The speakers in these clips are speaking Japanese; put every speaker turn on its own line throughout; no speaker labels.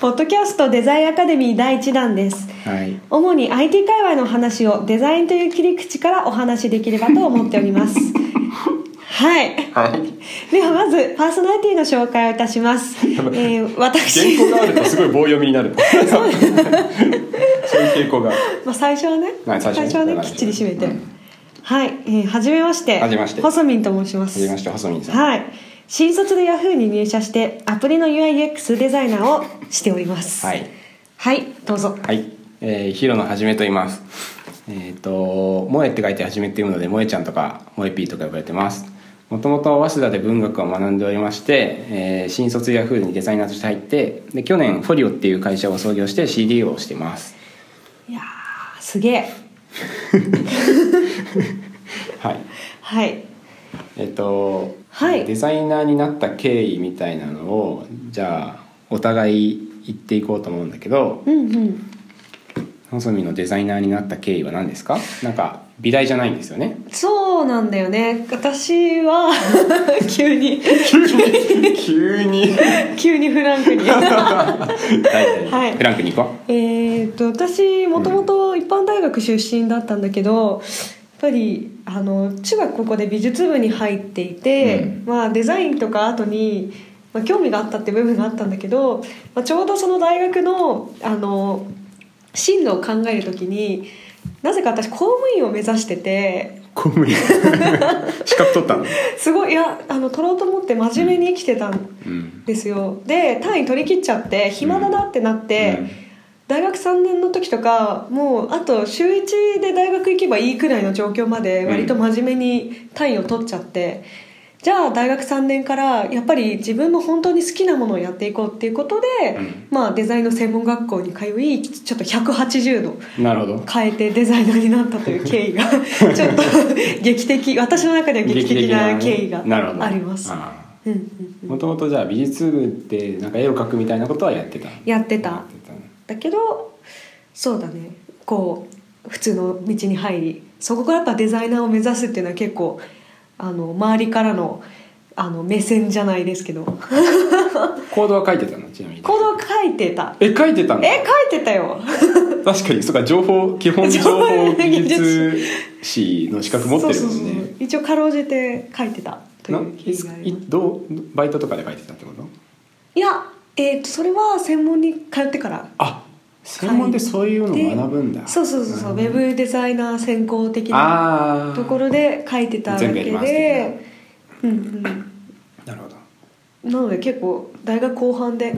ポッドキャストデザインアカデミー第1弾です
はい
主に IT 界隈の話をデザインという切り口からお話しできればと思っております はい
はい
ではまずパーソナリティの紹介をいたします、えー、私
原稿があるとすごい棒読みになるそういう傾向がある
まあ最初はね、
はい最初はね
はねきっちり締めてる、
うん
はい、えー、はじめまして
はじめまして
細民と申します
はじめまして細見さん
はい新卒でヤフーに入社してアプリの UIUX デザイナーをしております
はい
はいどうぞ
はい、えー、広野はじめと言います。えっ、と、萌えって書いてはじめっていうので、萌えちゃんとか、萌えピーとか呼ばれてます。もともと早稲田で文学を学んでおりまして、えー新卒ヤフーにデザイナーとして入って、で、去年、フォリオっていう会社を創業して CD をしてます。
いやーすげえ
はい。
はい
えっ、と、
はい
デザイナーになった経緯みたいなのを、じゃあ、お互い言っていこうと思うんだけど、
うんうん
細見のデザイナーになった経緯は何ですかなんか、美大じゃないんですよね。
そうなんだよね私は 急 に
急に。
急にフランクに
はい
はい
フランクに行こ
えーっと私もともと一般大学出身だったんだけど、やっぱりあの中学ここで美術部に入っていて、
うん
まあ、デザインとか後に、まあ、興味があったって部分があったんだけど、まあ、ちょうどその大学のあの進路を考えるときになぜか私公務員を目指してて
う公務員資格取ったの
すごいいやあの取ろうと思って真面目に生きてたん
うん
ですよで単位取り切っちゃって暇だなってなって、大学3年の時とかもうあと週1で大学行けばいいくらいの状況まで割と真面目に単位を取っちゃって、じゃあ大学3年からやっぱり自分の本当に好きなものをやっていこうっていうことで、
うん
まあ、デザインの専門学校に通いちょっと180度
うんなるほど
変えてデザイナーになったという経 緯がちょっと劇的私の中では劇的な経緯があります。うんうんうん
もともとじゃあ美術部ってなんか絵を描くみたいなことはやってた
やってた
てた
だけどそうだねこう普通の道に入りそこからやっぱデザイナーを目指すっていうのは結構あの周りからのあの目線じゃないですけど行
コードは書いてたのちなみに
動を書いてた
え書いてたの
え書いてたよ
確かにそうか情報 基本情報技術士の資格持ってるも
そ
ん
うそうそう
ね
一応かろうじて書いてたとい
な
う経
い
緯
つ
があり
い
ます
どうバイトとかで書いてたってこと
いやえーとそれは専門に通ってから
あ専門でそういうのを学ぶんだ
そうそうそうそうウ
な
ェ
るほど
ブデザイナー専攻的な
あー
ところで書いてただけ
全部やりますって
でうんうん
なるほど
なので結構大学後半で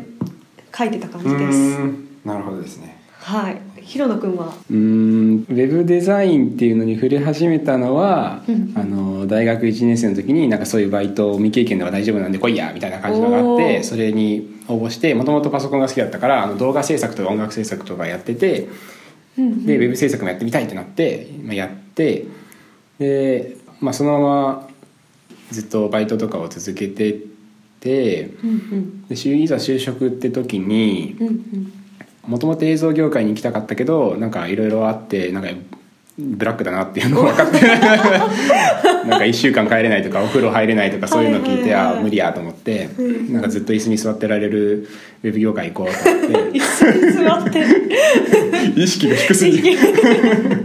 書いてた感
う
じです
ーんなるほどですね
はい広野くんは
うーんウェブデザインっていうのに触れ始めたのは、
うん
あの大学1年生の時になんかそういうバイト未経験では大丈夫なんで来いやみたいな感じのがあっ
おー
てそれに応募してもともとパソコンが好きだったからあの動画制作とか音楽制作とかやってて
うんうん
でウェブ制作もやってみたいってなって、まあ、やってで、まあ、そのままずっとバイトとかを続けてって
うんうん
で就いざ就職って時に
うんうん
もともと映像業界に行きたかったけどなんかいろいろあってなんかブラックだなっていうのを分かって なんか1週間帰れないとかお風呂入れないとかそういうの聞
はい
いて、
はいはい
あ無理やと思って、
うん
なんかずっと椅子に座ってられるウェブ業界行こうと思っ
椅子に座ってる
て意識が低すぎる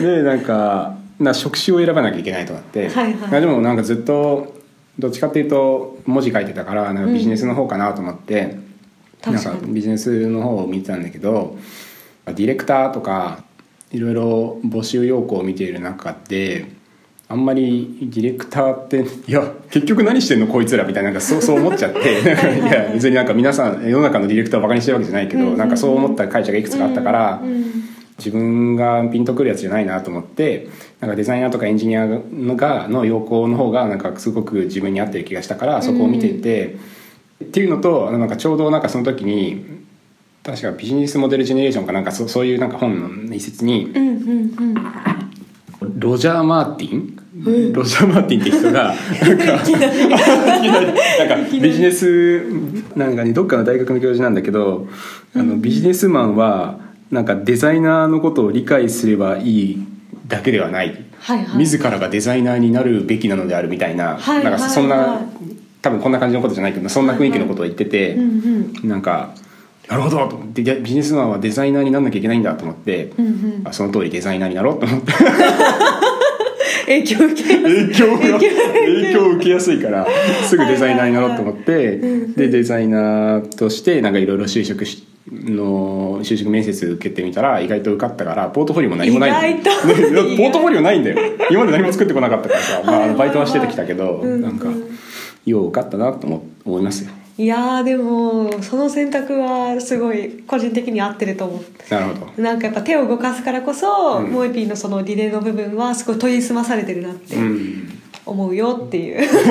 でなんかな職種を選ばなきゃいけないとなって、
はいはい
なでもなんかずっとどっちかっていうと文字書いてたからなんかビジネスの方かなと思って、
うん
なんか
確かに
ビジネスの方を見てたんだけどディレクターとかいろいろ募集要項を見ている中であんまりディレクターっていや結局何してんのこいつらみたいななんか そうそう思っちゃって
はいはい
いや別になんか皆さん世の中のディレクターをバカにしてるわけじゃないけど、
うんうんうん
なんかそう思った会社がいくつかあったから。
うんうん
自分がピンとくるやつじゃないなと思ってなんかデザイナーとかエンジニアのがの要項の方がなんかすごく自分に合ってる気がしたからそこを見てて、っていうのとあのなんかちょうどなんかその時に確かビジネスモデルジェネレーションかなんかそそういうなんか本の一節に
うんうんうん
ロジャー・マーティンロジャー・マーティンって人がなん かいきなりなんかビジネスなんかねどっかの大学の教授なんだけどあのビジネスマンはなんかデザイナーのことを理解すればいいだけではない
はいはい
自らがデザイナーになるべきなのであるみたいな
はいはい
なんかそん
は
ない多分こんな感じのことじゃないけどそんな雰囲気のことを言ってて
うんうん
なんかなるほどと思ってでビジネスマンはデザイナーになんなきゃいけないんだと思って、
うんうん
あその通りデザイナーになろうと思って
影響受けます
影響が
影響
影響を受けやすいからすぐデザイナーになろうと思って
うん
でデザイナーとしてなんかいろいろ就職しの就職面接受けてみたら意外と受かったからポートフォリオも何もない
意外と
いや ポートフォリオないんだよ今まで何も作ってこなかったからさ、まあ
は
あの、
いはいはい
バイトはしてきたけど、
うんうん
なんかよう受かったなと思思いますよ
いやーでもその選択はすごい個人的に合ってると思う
なるほど
なんかやっぱ手を動かすからこそ、
うん
モエピーのそのリレーの部分はすごい研ぎ澄まされてるなって
うん
思うよっていう、
確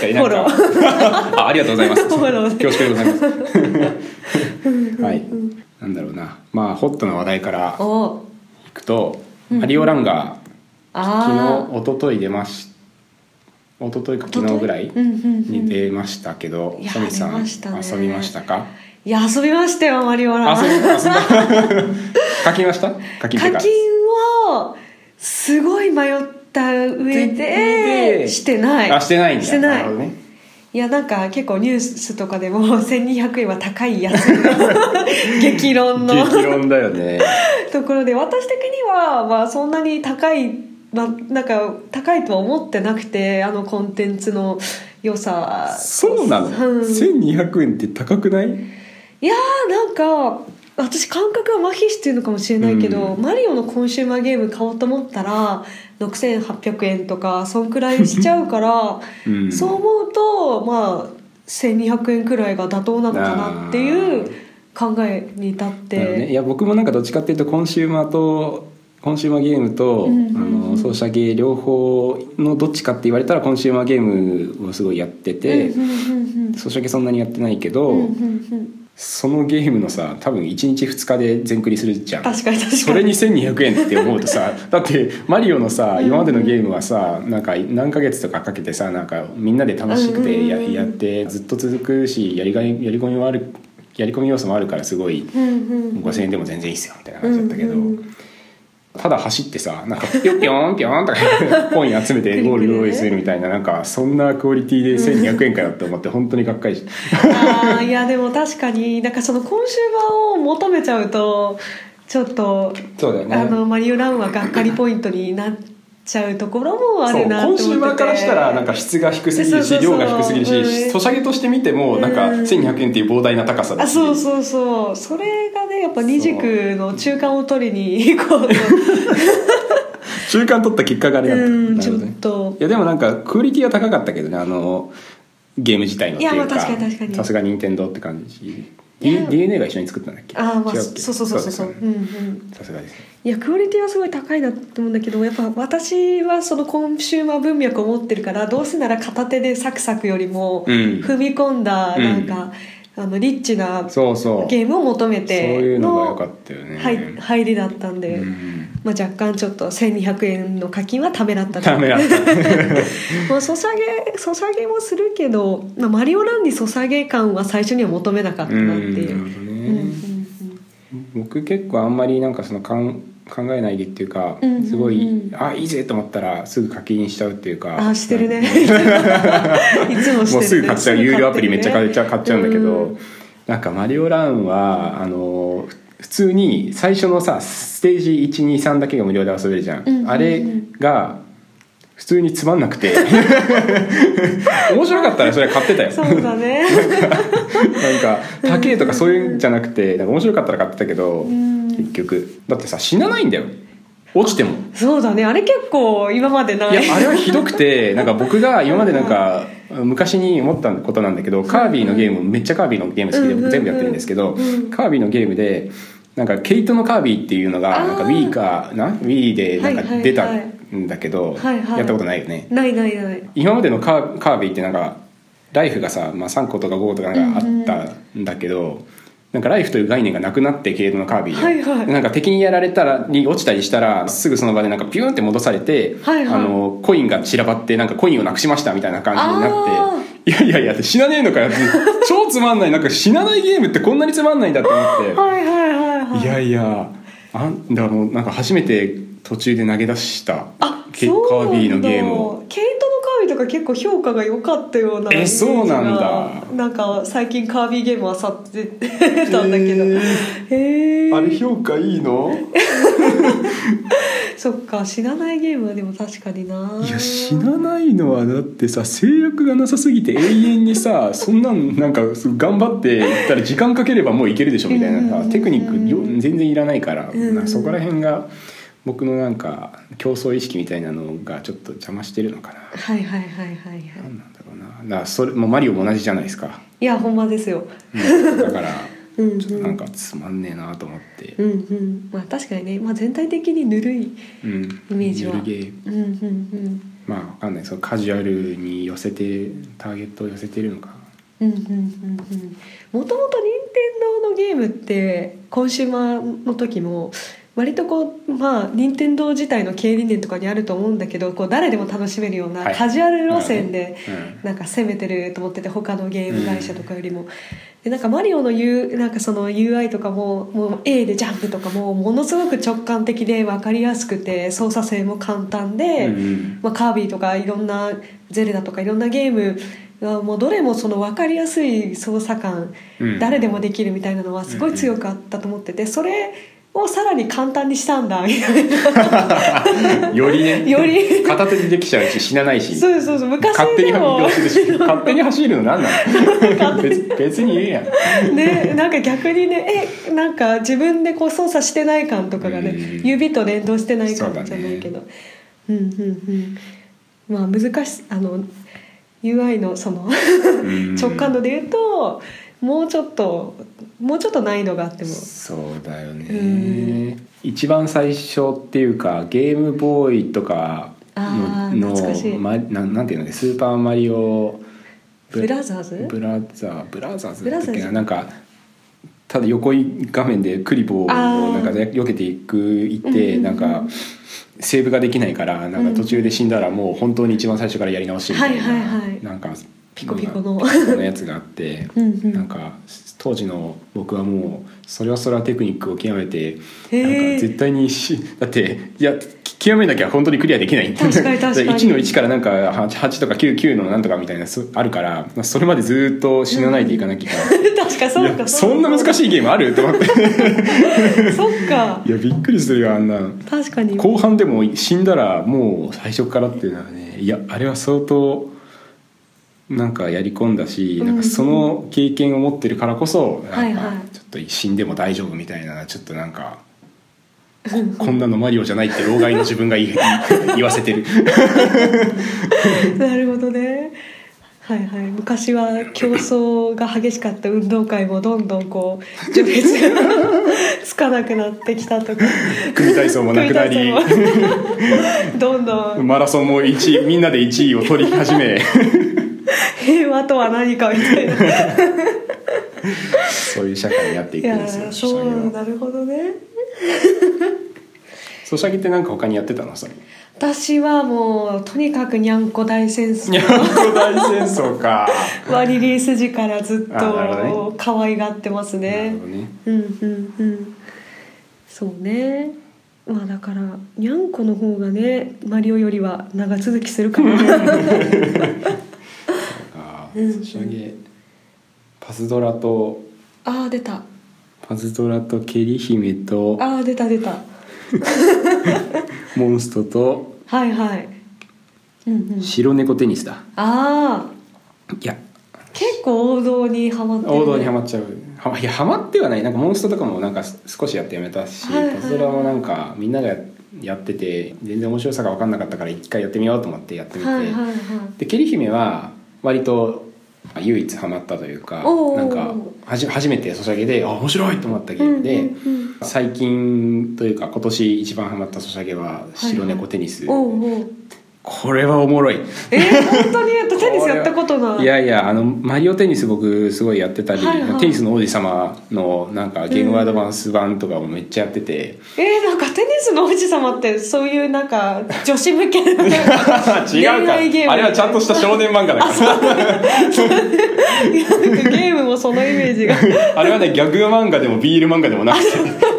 かになんか
フ
あありがとうございます
フォロー
恐縮でございますはいなんだろうなまあホットな話題から
お おう
いくと
うん
マリオランが昨
あ
日
あ
一昨日出まし一昨日か昨日ぐらい
うんうんうん
に出ましたけど
いや
サミさん
出ましたね
遊びましたか
いや遊びましたよマリオラ
あそう遊 んだ課金はした課金って
課
か
金をすごい迷った上でしてない
あしてないんだ
してない
るほどね
いやなんか結構ニュースとかでも1200円は 高いやつ 激論の
激論だよね
ところで私的にはまあそんなに高い、まあ、なんか高いとは思ってなくてあのコンテンツの良さ
そうなの
うん
1200円って高くない
いやーなんか私感覚は麻痺してるのかもしれないけど、
う
マリオのコンシューマーゲーム買おうと思ったら6800円とかそんくらいしちゃうから、
うん
そう思うとまあ1200円くらいが妥当なのかなっていう考えに至っ
なるほどね、い
て、
や僕もなんかどっちかっていうとコンシューマーとコンシューマーゲームと、
うんうんうん
あのソシャゲ両方のどっちかって言われたらコンシューマーゲームをすごいやってて、
うんうんうんうん
ソシャゲそんなにやってないけど、
うんうんうん
そのゲームのさ多分1日2日で全クリするじゃん
確かに確かに
それに1200円って思う とさだってマリオのさ
うん
今までのゲームはさなんか何ヶ月とかかけてさなんかみんなで楽しくてや,、
うんうんうん
やってずっと続くしやりがいやり込みはあるやり込み要素もあるからすごい
うんうん
5,000円でも全然いいっすよみたいな感じだったけど、
うんうん
ただ走ってさなんかピョンピョンピョンとかコイン集めてゴール用意するみたいななんかそんなクオリティで1,200円かよって思って本当にがっかりして
あーいやでも確かになんかそのコンシューマーを求めちゃうとちょっと
そうだよね
あのマリオランはがっかりポイントになっちゃうところもあるなと
そ
思ってて
うコンシューマーからしたらなんか質が低すぎ
そう
る
そう
し
そう
量が低すぎる
うん
しソシャゲとして見てもなんか
うん
1,200円っていう膨大な高さだ
あ
し
そうそうそうそれがねやっぱ二軸の中間を取りに行こうと
中間取った結果があれだった、
うん
な
ち
る
ょ
ほ
っ
どね
と
いやでもなんかクオリティは高かったけどねあのゲーム自体のっていう
いや
か
まあ確かに確かに
さすが任天堂って感じ
いや
D- DNA が一緒に作ったんだっけ
あーまあ
違っけ
そうそうそうそうそう
だよ
うん
ね
うん
さすがですね
いやクオリティはすごい高いなと思うんだけどやっぱ私はそのコンシューマー文脈を持ってるからどうせなら片手でサクサクよりも
うん
踏み込んだ
うん
なんか、あのリッチな
そうそう
ゲームを求め
そうい
て
うのが良
の
かったよね
はい入りだったんで、
うん
まあ、若干ちょっと1200円の課金はためらった
ダメだった
まあ、ソシャゲソシャゲもするけど、まあ、マリオランにソシャゲ感は最初には求めなかったなっていうう。
んなるほど
う
ね
んうん
僕結構あんまりなんかそのかん考えないでっていうか、
うんうんうん
すごいあいいぜと思ったらすぐ課金しちゃうっていう
う
か
ん、あしてるねい つもしてるね
もうすぐ買っちゃ
すぐ買って
う
るね
有料アプリめっちゃ買っちゃ買っちゃうんだけど、
うん
なんか「マリオランは」あの普通に最初のさステージ123だけが無料で遊べるじゃん、
うんうんうん
あれが普通につまんな くて面白かったらそれは買ってたよ
そうだね。
なんか高えとかそういうんじゃなくてなんか面白かったら買ってたけど、
ん
結局だってさ死なないんだよ落ちても。
そうだね。あれ結構今までないい。
やあれはひどくてなんか僕が今までなんか昔に思ったことなんだけどカービィのゲームめっちゃカービィのゲーム好きで
うんうんうん
僕全部やってるんですけど
うん
カービィのゲームでなんかケイトのカービィっていうの
あ
が
ー
なんか Wii かな Wii でなんか
はいはいはい
出たんだけど
はいはい
やったことないよね、
ないないない。
今までのカーカービィってなんかライフがさ、まあ、3個とか5個とかなんかあ
うんうん
ったんだけど、なんかライフという概念がなくなってゲートのカービィで、
はいはい
なんか敵にやられたらに落ちたりしたらすぐその場でなんかピューンって戻されて、
はいはい
あのコインが散らばってなんかコインをなくしましたみたいな感じになっていやいやいやって死なねえのかよって 超つまんないなんか死なないゲームってこんなにつまんないんだって思って。
はいはいはい はい。
いやいやあんだからもうなんか初めて途中で投げ出した
あ、
ケ
そう
カービィのゲームを。
ケイトのカービィととか結構評価が良かったような
え
イメージが
そうなんだ
なんか最近カービィゲームは去ってたんだけど
え
へえ
あれ評価いいの
そっか死なないゲームはでも確かにない
いや死なないのはだってさ制約がなさすぎて永遠にさそんなんなんか頑張っていったら時間かければもういけるでしょみたいな
う
さ
ん
テクニックよ全然いらないから、
うん
なそこら辺が僕のなんか競争意識みたいなのがちょっと邪魔してるのかな。
はいはいはいはいはい
なんなんだろうな。だからそれもうマリオも同じじゃないです か。
いやほんまですよ
うんだから
うんうん
ちょっとなんかつまんねえなと思って。
うんうんまあ確かにね、まあ、全体的にぬるい
うん。
イメージは
ゆるゲー
うんうんうん
まあわかんない。そのカジュアルに寄せてターゲットを寄せてるのか。
うんうんうんうんもともと任天堂のゲームってコンシューマーの時も割とこうまあ任天堂自体の経営理念とかにあると思うんだけどこう誰でも楽しめるよう
は
ないカジュアル路線で、
うん。
なんか攻めてると思ってて他のゲーム会社とかよりも、でなんかマリオの U なんかその UI とかももう A でジャンプとかもものすごく直感的で分かりやすくて操作性も簡単で、
うんうん
まあ、カービィとかいろんなゼルダとかいろんなゲームがもうどれもその分かりやすい操作感、
うん
誰でもできるみたいなのはすごい強くあったと思っててそれをさらに簡単にしたんだみたいな
より ね
より
片手でできちゃうし死なないし
そうそうそう昔
勝手に
でも
走るし勝手に走るの何なの別別にええやん
ね、なんか逆にねえなんか自分でこう操作してない感とかがね
うん
指と連動してない
そう
感
だね
じゃないけどう,、んうんうんまあ難しあの UI のその
うん
直感度で言うともうちょっともうちょっと難易度があっても
そうだよ
う
ね一番最初っていうかゲームボーイとか
あ
の
ー懐かしい
のまなんなんていうのねスーパーマリオ
ブラザーズ
ブラザーブラザーズ
ブ
だ
ラ
っ
ザー
け
ズ
ななんかただ横い画面でクリボーをなんか
あー
ね避けていくい
うんうん
て
うん
なんかセーブができないからなんか途中で死んだらもう本当に一番最初からやり直しみたいな
はいはいはい
なんか
ピコピコの
なんかピコピコのやつがあって
うんうん
なんか当時の僕はもうそれはそれはテクニックを極めて
へー
なんか絶対にしだっていやき極めなきゃ本当にクリアできない
確 かに確かに
1の1からなんか 8, 8とか99のなんとかみたいなそあるからまあそれまでずっと死なないでいかなきゃいけない。
確か そう
いや
か
そんな難
い
しいゲームあると思って
そっか
いやびっくりするよあんな
確かに
後半でも死んだらもう最初からっていうのはねいやあれは相当なんかやり込んだし、なんかその経験を持ってるからこそなんか
はいはい
ちょっと死んでも大丈夫みたいなちょっとなんか。ここ んなのマリオじゃないって老害の自分が言い 言わ せてる
なるほどね。はいはい、昔は競争が激しかった運動会もどんどんこう序列が つかなくなってきたとか
組体操もなくなり
組体操も どんどん
マラソンも1位みんなで1位を取り始め
平和とは何かみたいない
そういう社会になっていくん
や
ですよ
ーそう
下着は
なるほどね
ソシャゲってなんか他にやってたのさ
私はもうとにかくにゃんこ大戦争
にゃんこ大戦争か
はリリース時からずっ
あなるほど
と可愛がってます
な
ね
るほどね
うんうんうんそうねまあだからにゃんこの方がねマリオよりは長続きするかな
あ
うん
ソシャゲパズドラと
あー出た
パズドラとケリ姫と
あー出た出た
モンストと
はいはいうんうん
白猫テニスだ
ああ
いや
結構王道にはまってる
王道にはまっちゃうはまいやはまってはないなんかモンストとかもなんかす少しやってやめたし、
はいはい
パズドラもなんかみんながややってて全然面白さが分かんなかったから一回やってみようと思ってやってみて、
はいはいはい
でケリ姫は割と唯一ハマったというか
おー
なんかはじ初めてソシャゲであ面白いと思ったゲームで、
うんうんうん
最近というか今年一番ハマったソシャゲは白猫テニス、
おうおう
これはおもろい
えー、本当にやったテニスやったことない
いやいやあのマリオテニス僕すごいやってたり、
はいはい
テニスの王子様のなんかゲームアドバンス版とかもめっちゃやっ てて、
えー、なんかテニスの王子様ってそういうなんか女子向けな
違う
恋愛ゲー
か
ム
あれはちゃんとした少年漫画だか
な
ら
んかゲームもそのイメージが
あれはねギャグ漫画でもビール漫画でもなくて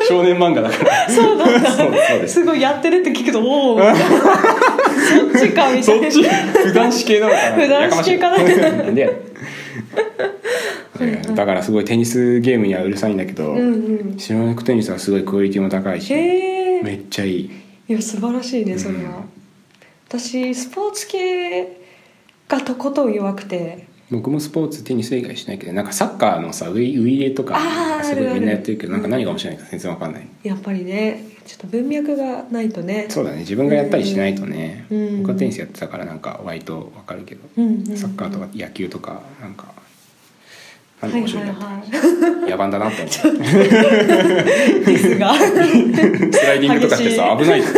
少年漫画だから
そうなんだ
そうそうです
すごいやってるって聞くとおおそっちかみたい
そ
な
っち普段子系なのかな
普段子系かな
やましいなんでだからすごいテニスゲームにはうるさいんだけど、
うんうん
シルバーテニスはすごいクオリティも高いし、
へえ
めっちゃいい
いや素晴らしいねそれは、
うん
私スポーツ系がとことん弱くて
僕もスポーツテニス以外しないけどなんかサッカーのさウィウィレとか
あー
すご
あるあ
い
る
みんなやってるけどなんか何が面白いか全然わかんない
やっぱりねちょっと文脈がないとね
そうだね自分がやったりしないとね、
うん
僕はテニスやってたからなんか割とわかるけど、
うんうんうん
サッカーとか野球とかなんか
はいはい
何が面白いんだろう
は
野蛮だなって思っ
いです が
てスライディングとかしてさ危ない人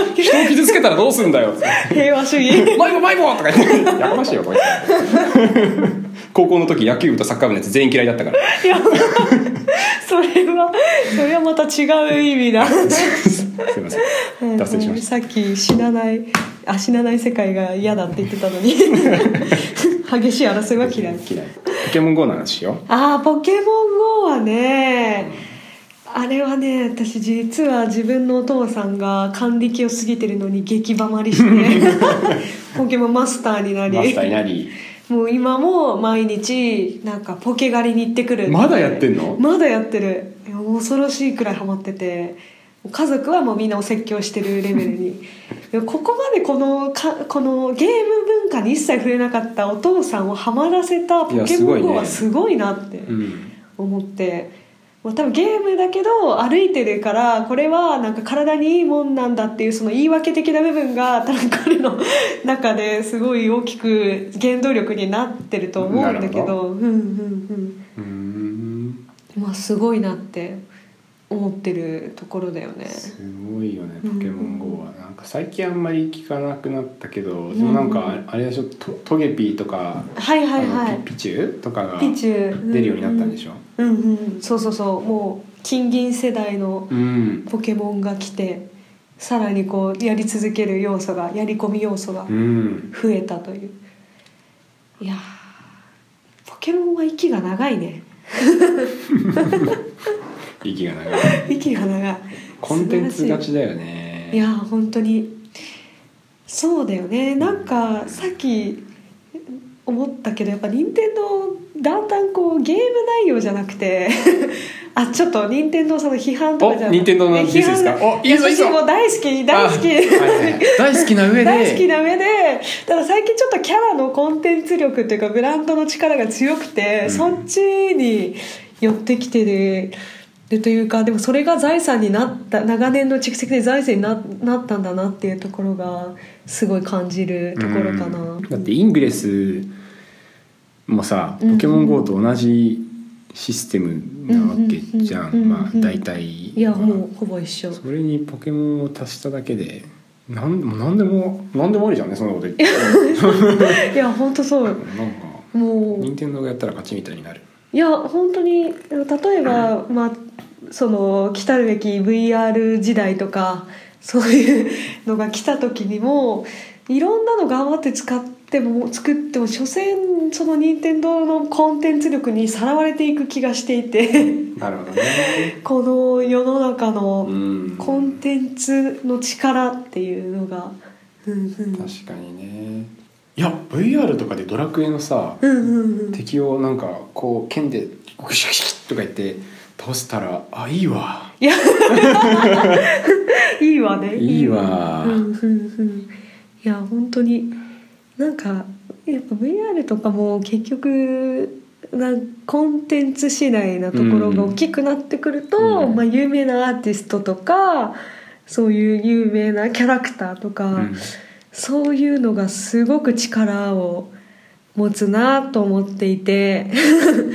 を傷つけたらどうすんだよ
平和主義
「迷子迷子!」とか言ってやかましいよこいつ高校の時野球部とサッカー部のやつ全員嫌いだったから
いやそれはそれはまた違う意味だ
すいません脱線しました
さっき死なないあ死なない世界が嫌だって言ってたの に激しい争いは嫌い
嫌いポケモン GO の話しよ
あーポケモン GO はねあれはね私実は自分のお父さんが還暦を過ぎてるのに激バマりして ポケモンマスターにな
う
り
マスターになり
もう今も毎日なんかポケ狩りに行ってくるって
まだやってんの
まだやってるいや恐ろしいくらいハマってて家族はもうみんなお説教してるレベル にでもここまでこのかこのゲーム文化に一切触れなかったお父さんをハマらせたポ
いや
ケ
す
モ
ご
ン
いね
GO はすごいなって
うん
思って、まあ、多分ゲームだけど歩いてるからこれはなんか体にいいもんなんだっていうその言い訳的な部分が多分彼の 中ですごい大きく原動力になってると思うんだけ
な
ど
るほ
うんうんうん
うーん
まあすごいなって思ってるところだよね
すごいよね
う
ポ
ん
ケモン GO はなんか最近あんまり聞かなくなったけど
ん
でもなんかああれでしょトトゲピーとか
はいはいはい
あのピピチュウとかが
ピチ
出
ュウ
るようになったんでし
ょ
ょ
うんうんそうそうそうもう金銀世代の
うん
ポケモンが来てさらにこうやり続ける要素がやり込み要素が
うん
増えたといういやーポケモンは息が長い ね
息が長い
息が長い
コンテン
素
ツ勝
晴らし
ちだよね
いいやー本当にそうだよねなんかさっき思ったけどやっぱ任天堂だんだんこうゲーム内容じゃなくて あちょっと任天堂さんの批判とかじゃなくて
お任天堂の
ね
ニュースですか
批判
おいいぞいいぞ
私もう大好き大好き、
あはいはい大好きな上で
大好きな上でただ最近ちょっとキャラのコンテンツ力というかブランドの力が強くて、
うん
そっちに寄ってきてる。るというかでもそれが財産になった長年の蓄積で財産にななったんだなっていうところがすごい感じるところかな、
うんだってイングレスもさ
うん
ポケモン GO と同じシステムなわけじゃ
うんうん
んま
う
あ
ん
大体
いや
は
もうほぼ一緒
それにポケモンを足しただけでなんもう何でも何でもありじゃんねそんなこと言ってない
や本当そうん
か
もう
任天堂がやったら勝ちみたいになる
いや本当に例えば、まあ、その来たるべき VR 時代とかそういうのが来た時にもいろんなの頑張って使っても作っても所詮その任天堂のコンテンツ力にさらわれていく気がしていて
なるほどね
この世の中の
うん
コンテンツの力っていうのが。うんうん
確かにねいや VR とかでドラクエのさ
うんうんうん
敵をなんかこう剣でゴシゴシゴシとか言って倒したらあいいわ
いや いいわね
いいわ
うんうんうんいや本当になんかやっぱ VR とかも結局なんコンテンツ次第なところが大きくなってくると、
うん
まあ、有名なアーティストとかそういう有名なキャラクターとか、
うん
そういうのがすごく力を持つなと思っていて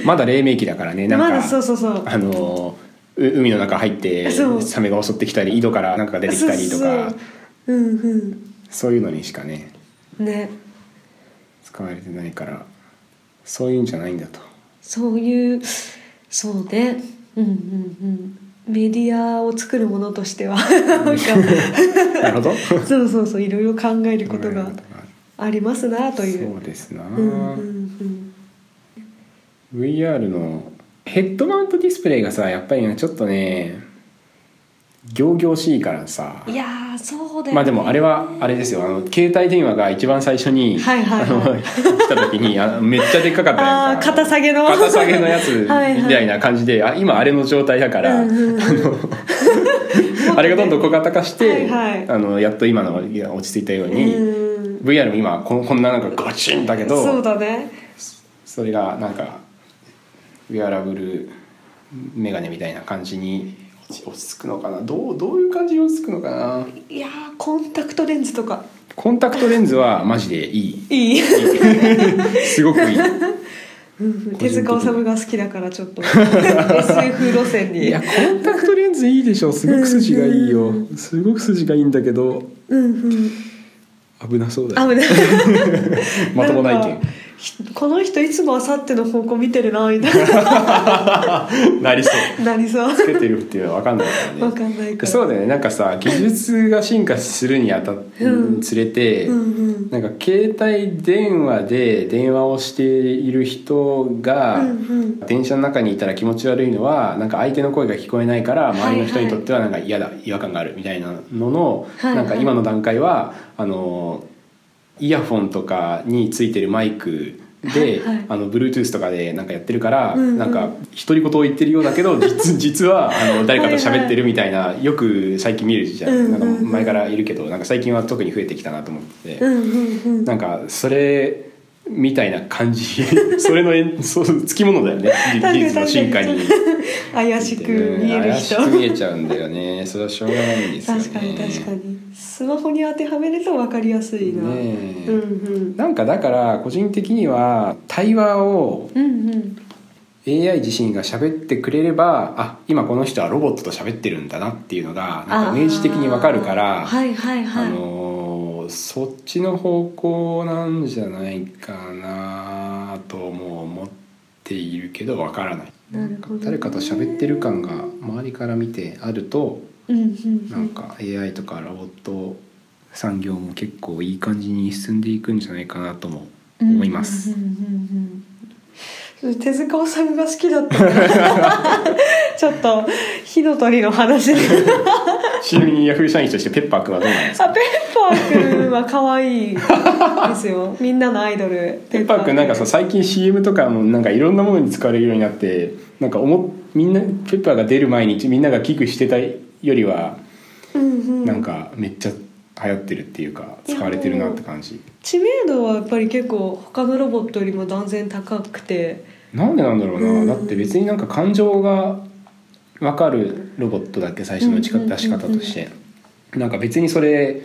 まだ黎明期だからねなん か
まだそうそうそう
あのう海の中入って
そう
サメが襲ってきたり井戸からなんかが出てきたりとか
そうそううんうん
そういうのにしかね
ね
使われてないからそういうんじゃないん だと
そういうそうねうんうんうんメディアを作るものとしてはなんか
なるほ ど
そうそうそういろいろ考えることがありますなという
そうですな、
うんうんうん、
VR のヘッドマウントディスプレイがさやっぱりねちょっとね行々しいからさ
いやーそうだよ、ね、
まあでもあれはあれですよあの携帯電話が一番最初に、
はいはいはい
あの来た時にあめっちゃでっかかった
あ
や
あ
つ
肩下げの
肩下げのやつ み
はいはい
たいな感じであ今あれの状態だから、
うんうんうん
あの あれがどんどん小型化して、
はいはい
あのやっと今のいや落ち着いたように、
うん
VR も今ここんななんかガチンだけど
そうだね
それがなんかウェアラブルメガネみたいな感じに落ち落ち着くのかなどうどういう感じに落ち着くのかない
やーコンタクトレンズとか
コンタクトレンズはマジでいい
いい
すごくいい
うん手塚治虫が好きだからちょっ と SF 路線
い
に
やコンタクトレンズいいでしょすごく筋がいいよすごく筋がいいんだけど
うんうん
危なそうだ
あ
よ
ぶね
まともな意
んかひこの人いつもあさっての方向見てるなみたいな
見なりそう
なりそう
つけてるっていうのは分かんないからね
わかんないから
そうだよねなんかさ技術が進化するにあたっ、
うん
つれて、
うんうん
なんか携帯電話で電話をしている人が、
うんうん
電車の中にいたら気持ち悪いのはなんか相手の声が聞こえないから周りの人にとってはなんか嫌だ、違和感があるみたいなのの、
はいはい
なんか今の段階はあのイヤフォンとかについてるマイクで、
はいはい
あの Bluetooth とかでなんかやってるから、
うんうん
なんか独り言を言ってるようだ けど実実はあの誰かと喋ってるみたいなよく最近見るじゃん,、
うんうんうん
なんか前からいるけどなんか最近は特に増えてきたなと思ってて。
うんうんうん
なんかそれみたいな感じ それのえんそうつきものだよね技技術の進化に
怪しく見える人
怪しく見えちゃうんだよねそれはしょうがないんですよね
確かに確かにスマホに当てはめると分かりやすいな、
ねえ
うんうん
なんかだから個人的には対話を
うんうん
AI 自身が喋ってくれればあ今この人はロボットと喋ってるんだなっていうのがなんか明示的にわかるか
あー
ら
はいはいはい、
あのーそっちの方向なんじゃないかなとも思っているけどわからない
なるほどね
誰かと喋ってる感が周りから見てあると
うんうん
なんか AI とかロボット産業も結構いい感じに進んでいくんじゃないかなとも思います
うん。うんうんうん手塚治虫が好きだったから ちょっと火の鳥の話で
ちなみにヤフー社員としてペッパーくんはどうなんですか
あペッパーくんは可愛いです よみんなのアイドル
ペッパーくんなんかさ最近 CM とかもなんかいろんなものに使われるようになってなんか思っみんなペッパーが出る前にみんなが危惧してたよりは
うんうん
なんかめっちゃ流行ってるっていうか使われてるなって感じ
知名度はやっぱり結構他のロボットよりも断然高くて
なんでなんだろうな、
うん
だって別になんか感情が分かるロボットだっけ最初の打ち
うんうんうんうん
出し方として、なんか別にそれ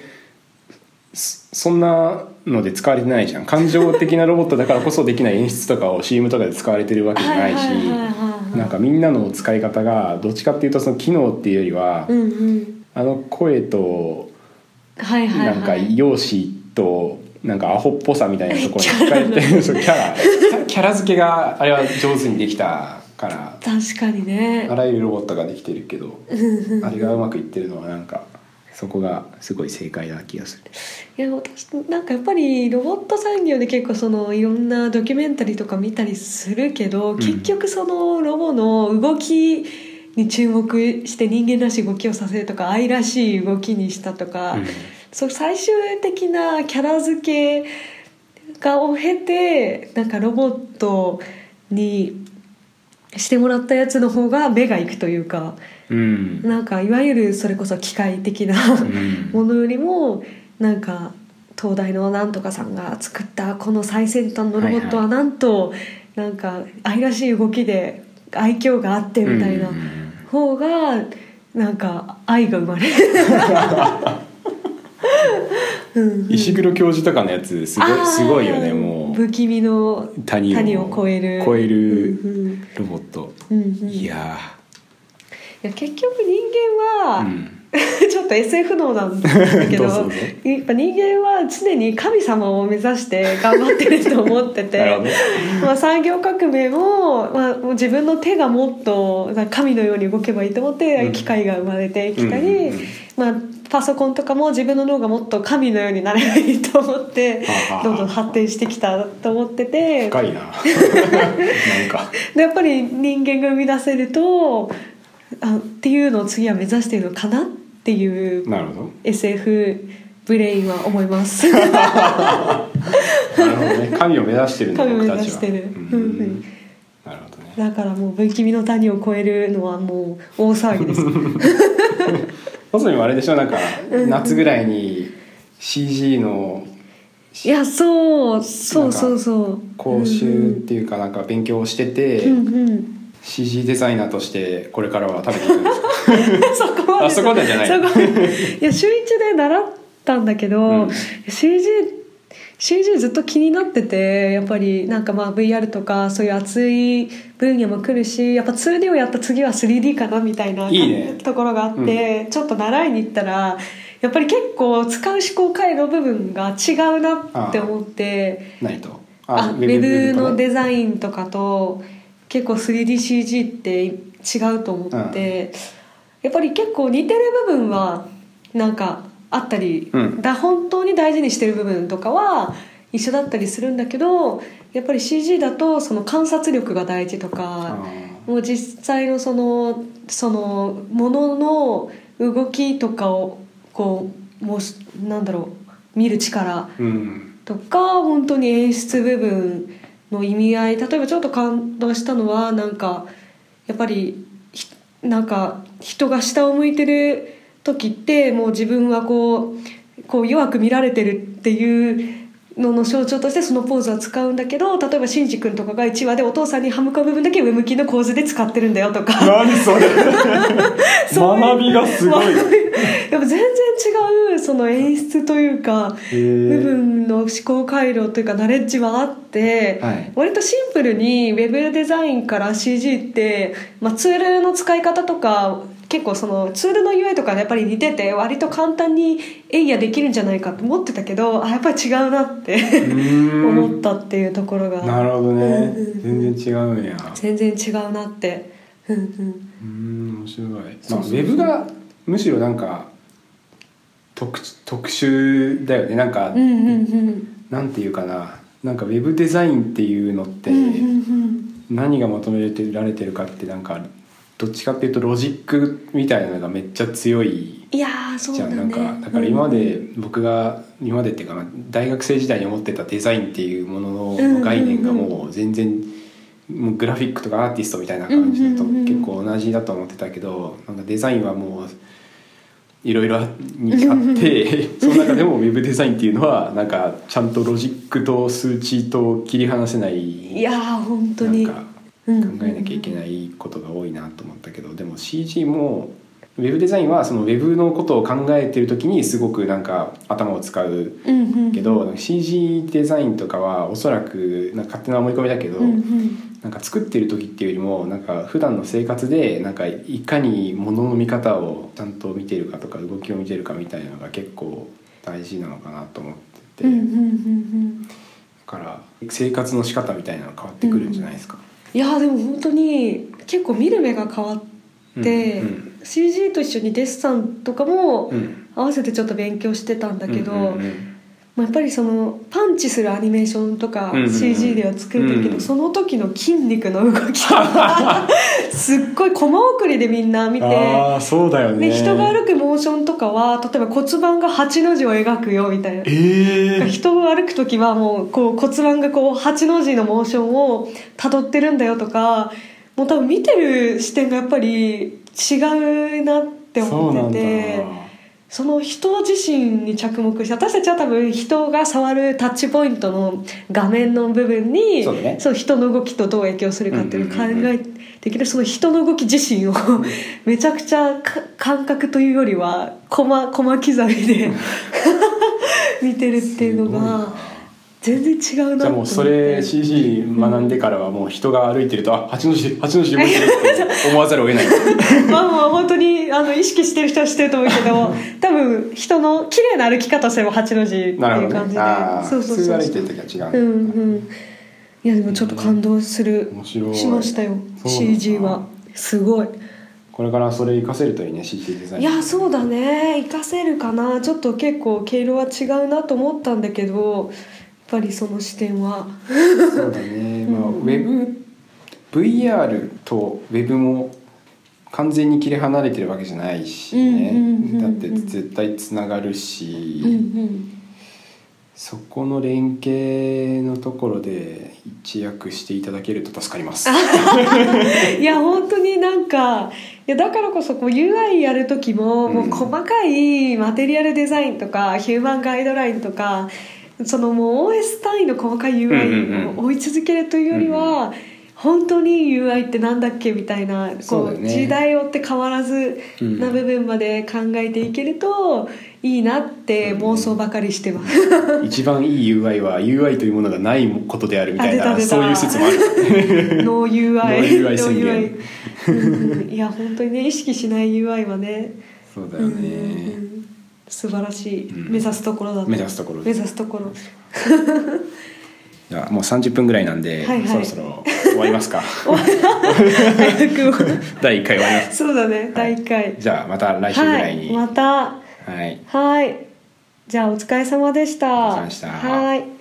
そそんなので使われてないじゃん感情的なロボットだからこそできない演出とかを CM とかで使われてるわけじゃないし
はいはいはいはいはい
なんかみんなの使い方がどっちかっていうとその機能っていうよりは、
うんうん
あの声と
はいはい、は、
ないんか容姿となんかアホっぽさみたいなところに惹かれて そうキャラキャキャラ付けがあれは上手にできたから
確かにね
あらゆるロボットができてるけど
うんうん
あれがうまくいってるのはなんかそこがすごい正解な気がする。
いや私なんかやっぱりロボット産業で結構そのいろんなドキュメンタリーとか見たりするけど、
ん
結局そのロボの動きに注目して人間らしい動きをさせるとか愛らしい動きにしたとか、
うん
そう最終的なキャラ付けがを経てなんかロボットにしてもらったやつの方が目がいくというか
うん
なんかいわゆるそれこそ機械的な。
うん
ものよりもなんか東大のなんとかさんが作ったこの最先端のロボットは
はい
なんとなんか愛らしい動きで愛嬌があってみたいな
うん
方がなんか愛が生まれる。うんうん
石黒教授とかのやつ すご
あー
いすごいよねもう
不気味の
谷を
谷を超える
超える
うん
ロボット、
うんうんうん
いや
いや結局人間は、
ー、うん、
ちょっと SF 能なんだけど
どうぞどうぞ
やっぱ人間は常に神様を目指 して頑張ってると思って
なるほど
て、 まあ、産業革命も,、まあ、もう自分の手がもっとなんか神のように動けばいいと思っ
う
て
ん
機械が生まれてきたり、
うんうんうん
まあ、パソコンとかも自分の脳がもっと神のようになればいいと思って
はあはあ
どんどん発展してきたと思ってて。
深いななんか
でやっぱり人間が生み出せるとあっていうのを次は目指しているのかなっていう
なるほど
SF ブレインは思い ます。
なるほどね神を目指してるんだ
神を
僕
目
た
指
ち
し
は
てる
う
うんうん
んなるほどね
だからもう「分岐の谷」を超えるのはもう大騒ぎです
まさにあれでしょなんか夏ぐらいに CG の
いやそうそうそうそう
講習っていうかなんか勉強をしてて、
うんうん、うんうん
CG デザイナーとしてこれからは食べていくん ですか
そこまで
あそこまでじゃない
そこまでい や週一で習ったんだけど、
うん
CG CG ずっと気になっててやっぱりなんかまあ VR とかそういう熱い分野も来るしやっぱ 2D をやった次は 3D かなみたいない
いね
ところがあってちょっと習いに行ったらやっぱり結構使う思考回路部分が違うなって思って。
ないと
あウェブの
ザ
デザインとかと結構 3DCG って違うと思って、やっぱり結構似てる部分はなんかあったり、
うん
だ本当に大事にしてる部分とかは一緒だったりするんだけどやっぱり CG だとその観察力が大事とか、もう実際のそのそのものの動きとかをこうもうしなんだろう見る力
うん
とか本当に演出部分の意味合い例えばちょっと感動したのはなんかやっぱりひなんか人が下を向いてる時ってもう自分はこうこう弱く見られてるっていうのの象徴としてそのポーズは使うんだけど例えばしんじ君とかが1話でお父さんに歯向かう部分だけ上向きの構図で使ってるんだよとか。
何 それ
そういう
学びがすご い
やっぱ全然違うその演出というか
へー
部分の思考回路というかナレッジはあって、
はい
割とシンプルにウェブデザインから CG って、まあ、ツールの使い方とか結構そのツールの UI とかやっぱり似てて割と簡単にエイヤできるんじゃないかと思ってたけどあやっぱり違うなって思
思
ったっていうところ
な
が
るほどね
うんうん
全然違うんや
全然違うなって。うんうん
うん面白い、まあ、ウ
そうそう
ェブがむしろなんか特特殊だよねなんか、
うんうんうん
なんていうかななんかウェブデザインっていうのって、
うんうんうん
何が求められてるかってなんかどっちかっていうとロジックみたいなのがめっちゃ強い
いやーそう
じゃ
だ
ん、
ね
なんかだから今まで僕が今までっていうかな大学生時代に思ってたデザインっていうもの
うんうんう
の
ん
概念がもう全然もうグラフィックとかアーティストみたいな感じだと
うんうんうん
結構同じだと思ってたけどなんかデザインはもういろいろにあって その中でもウェブデザインっていうのはなんかちゃんとロジックと数値と切り離せない
いやー本当に
なんか
う
考
ん
えなきゃいけないことが多いなと思ったけど、でも CG もウェブデザインはそのウェブのことを考えてる時にすごくなんか頭を使う
うんうん
けど、なんか CG デザインとかはおそらくなんか勝手な思い込みだけど、
うんうん
なんか作ってる時っていうよりもなんか普段の生活でなんかいかに物の見方をちゃんと見てるかとか動きを見てるかみたいなのが結構大事なのかなと思ってて、
うんうんうんう
だ
ん
から生活の仕方みたいなの変わってくるんじゃないですか。
いやーでも本当に結構見る目が変わって、
うん
CG と一緒にデッサンとかも
うん
合わせてちょっと勉強してたんだけど、
うんうんうん
まあ、やっぱりそのパンチするアニメーションとか
うんうんうん
CG では作れてるけど、
うん
その時の筋肉の動きと かすっごいコマ送りでみんな見て。
ああそうだよね
で人が歩くモーションとかは例えば骨盤が8の字を描くよみたいな
ええー、
人を歩く時はもうこう骨盤がこう8の字のモーションをたどってるんだよとかもう多分見てる視点がやっぱり違うなって
そうな
思っ
ん
て
だ
てその人自身に着目して私たちは多分人が触るタッチポイントの画面の部分に
そうだね
人の動きとどう影響するかっていうのを考
うんうんうんう
えてきてその人の動き自身をめちゃくちゃか感覚というよりはコマコマ刻みで 見てるっていうのが全然違うな
じ
と
ゃあ
思
も
っ
う
て
それ CG 学んでからはもう人が歩いてると、あ八の字八の字動いてるって思わざるを 得ない
まあまあ本当にあの意識してる人はしてると思うけど多分人の綺麗な歩き方すれば八の字っていう
なるほど
感じ
ね
で
ああ
そうそうそう
普通歩いてる時は違
う
うん
うんいやでもちょっと感動する、
面白い
しましたよ
そうなんだ
CG はすごい
これからそれ活かせるといいね CG デザイン
いやそうだね活かせるかなちょっと結構毛色は違うなと思ったんだけどやっぱりその視点は
そうだね、まあ、ウェブ VR とウェブも完全に切り離れてるわけじゃないしね、
うんうんうんうん
だって絶対つながるし、
うんうん
そこの連携のところで一躍していただけると助かりま す。
いや本当になんかいやだからこそこう UI やる時ももう細かいマテリアルデザインとかヒューマンガイドラインとかそのもう OS 単位の細かい
うんうん
UI を追い続けるというよりは本当に UI ってなんだっけみたいな
そ
こ
うだよ
う
ね
時代を追って変わらず
うん
な部分まで考えていけるといいなって妄想ばかりしてます。
一番いい UI は UI というものがないことであるみたい
あ出
な
た出た
そういう説もある。
ノー UI
ノー UI 宣言
UI うんいや本当にね意識しない UI はね
そうだよ
う
ね。
ん素晴らしい、
うん
目指すところだね
目指すところ
目指すところ
いやもう30分ぐらいなんで、
はいはい
そろそろ終わり ますか。
早くも
第1回終わります。
そうだね第1回
じゃあまた来週ぐらいに。
は
はい
また
い。
はいじゃあお疲れ様でした
お疲れ様でした
はい